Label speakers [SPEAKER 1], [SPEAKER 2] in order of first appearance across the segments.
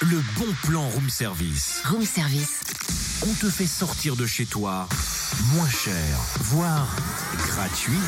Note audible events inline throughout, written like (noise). [SPEAKER 1] Le bon plan room service.
[SPEAKER 2] Room service.
[SPEAKER 1] On te fait sortir de chez toi moins cher, voire gratuit.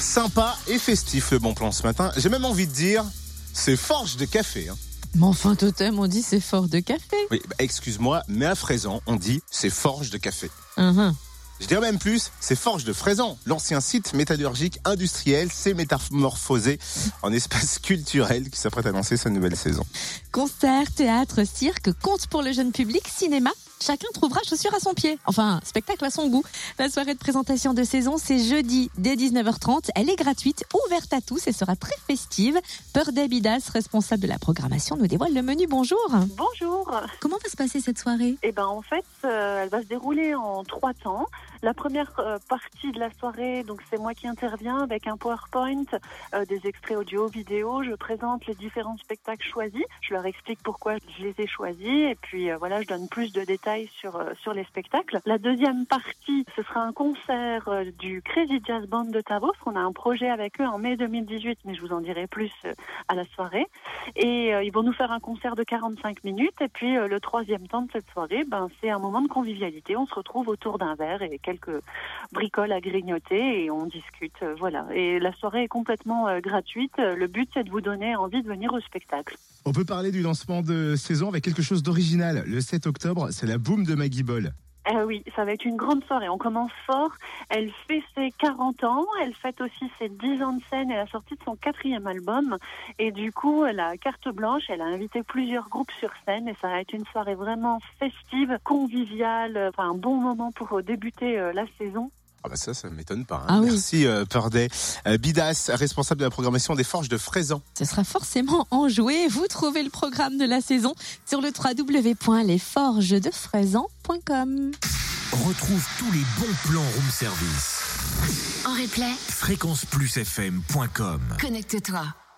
[SPEAKER 3] Sympa et festif le bon plan ce matin. J'ai même envie de dire, c'est forge de café. hein.
[SPEAKER 4] Mais enfin, Totem, on dit c'est fort de café.
[SPEAKER 3] Oui, bah, excuse-moi, mais à Fraisan, on dit c'est forge de café.
[SPEAKER 4] Uhum.
[SPEAKER 3] Je dirais même plus, c'est Forge de Fraisan. L'ancien site métallurgique industriel s'est métamorphosé en espace (laughs) culturel qui s'apprête à lancer sa nouvelle saison.
[SPEAKER 4] Concerts, théâtre, cirque, contes pour le jeune public, cinéma. Chacun trouvera chaussure à son pied. Enfin, spectacle à son goût. La soirée de présentation de saison, c'est jeudi dès 19h30. Elle est gratuite, ouverte à tous et sera très festive. Peur d'Abidas, responsable de la programmation, nous dévoile le menu. Bonjour.
[SPEAKER 5] Bonjour.
[SPEAKER 4] Comment va se passer cette soirée
[SPEAKER 5] Eh ben en fait, euh, elle va se dérouler en trois temps. La première euh, partie de la soirée, donc c'est moi qui interviens avec un PowerPoint, euh, des extraits audio, vidéo. Je présente les différents spectacles choisis. Je leur explique pourquoi je les ai choisis et puis euh, voilà, je donne plus de détails sur euh, sur les spectacles. La deuxième partie, ce sera un concert euh, du Crazy Jazz Band de Tavos. On a un projet avec eux en mai 2018, mais je vous en dirai plus euh, à la soirée. Et euh, ils vont nous faire un concert de 45 minutes. Et puis euh, le troisième temps de cette soirée, ben, c'est un moment de convivialité. On se retrouve autour d'un verre et quelques bricoles à grignoter et on discute. euh, voilà. Et la soirée est complètement euh, gratuite. Euh, Le but, c'est de vous donner envie de venir au spectacle.
[SPEAKER 6] On peut parler du lancement de saison avec quelque chose d'original. Le 7 octobre, c'est la boom de Maggie Ball.
[SPEAKER 5] Eh oui, ça va être une grande soirée. On commence fort. Elle fait ses 40 ans. Elle fête aussi ses 10 ans de scène et la sortie de son quatrième album. Et du coup, elle a carte blanche. Elle a invité plusieurs groupes sur scène et ça va être une soirée vraiment festive, conviviale. euh, Enfin, un bon moment pour débuter euh, la saison.
[SPEAKER 3] Ah bah ça, ça m'étonne pas. hein.
[SPEAKER 4] Ah oui.
[SPEAKER 3] Merci euh, Purday. Euh, Bidas, responsable de la programmation des Forges de Fraisan.
[SPEAKER 4] Ce sera forcément enjoué. Vous trouvez le programme de la saison sur le www.lesforgesdefraisan.com.
[SPEAKER 1] Retrouve tous les bons plans room service.
[SPEAKER 2] En replay,
[SPEAKER 1] Fréquenceplusfm.com
[SPEAKER 2] connecte-toi.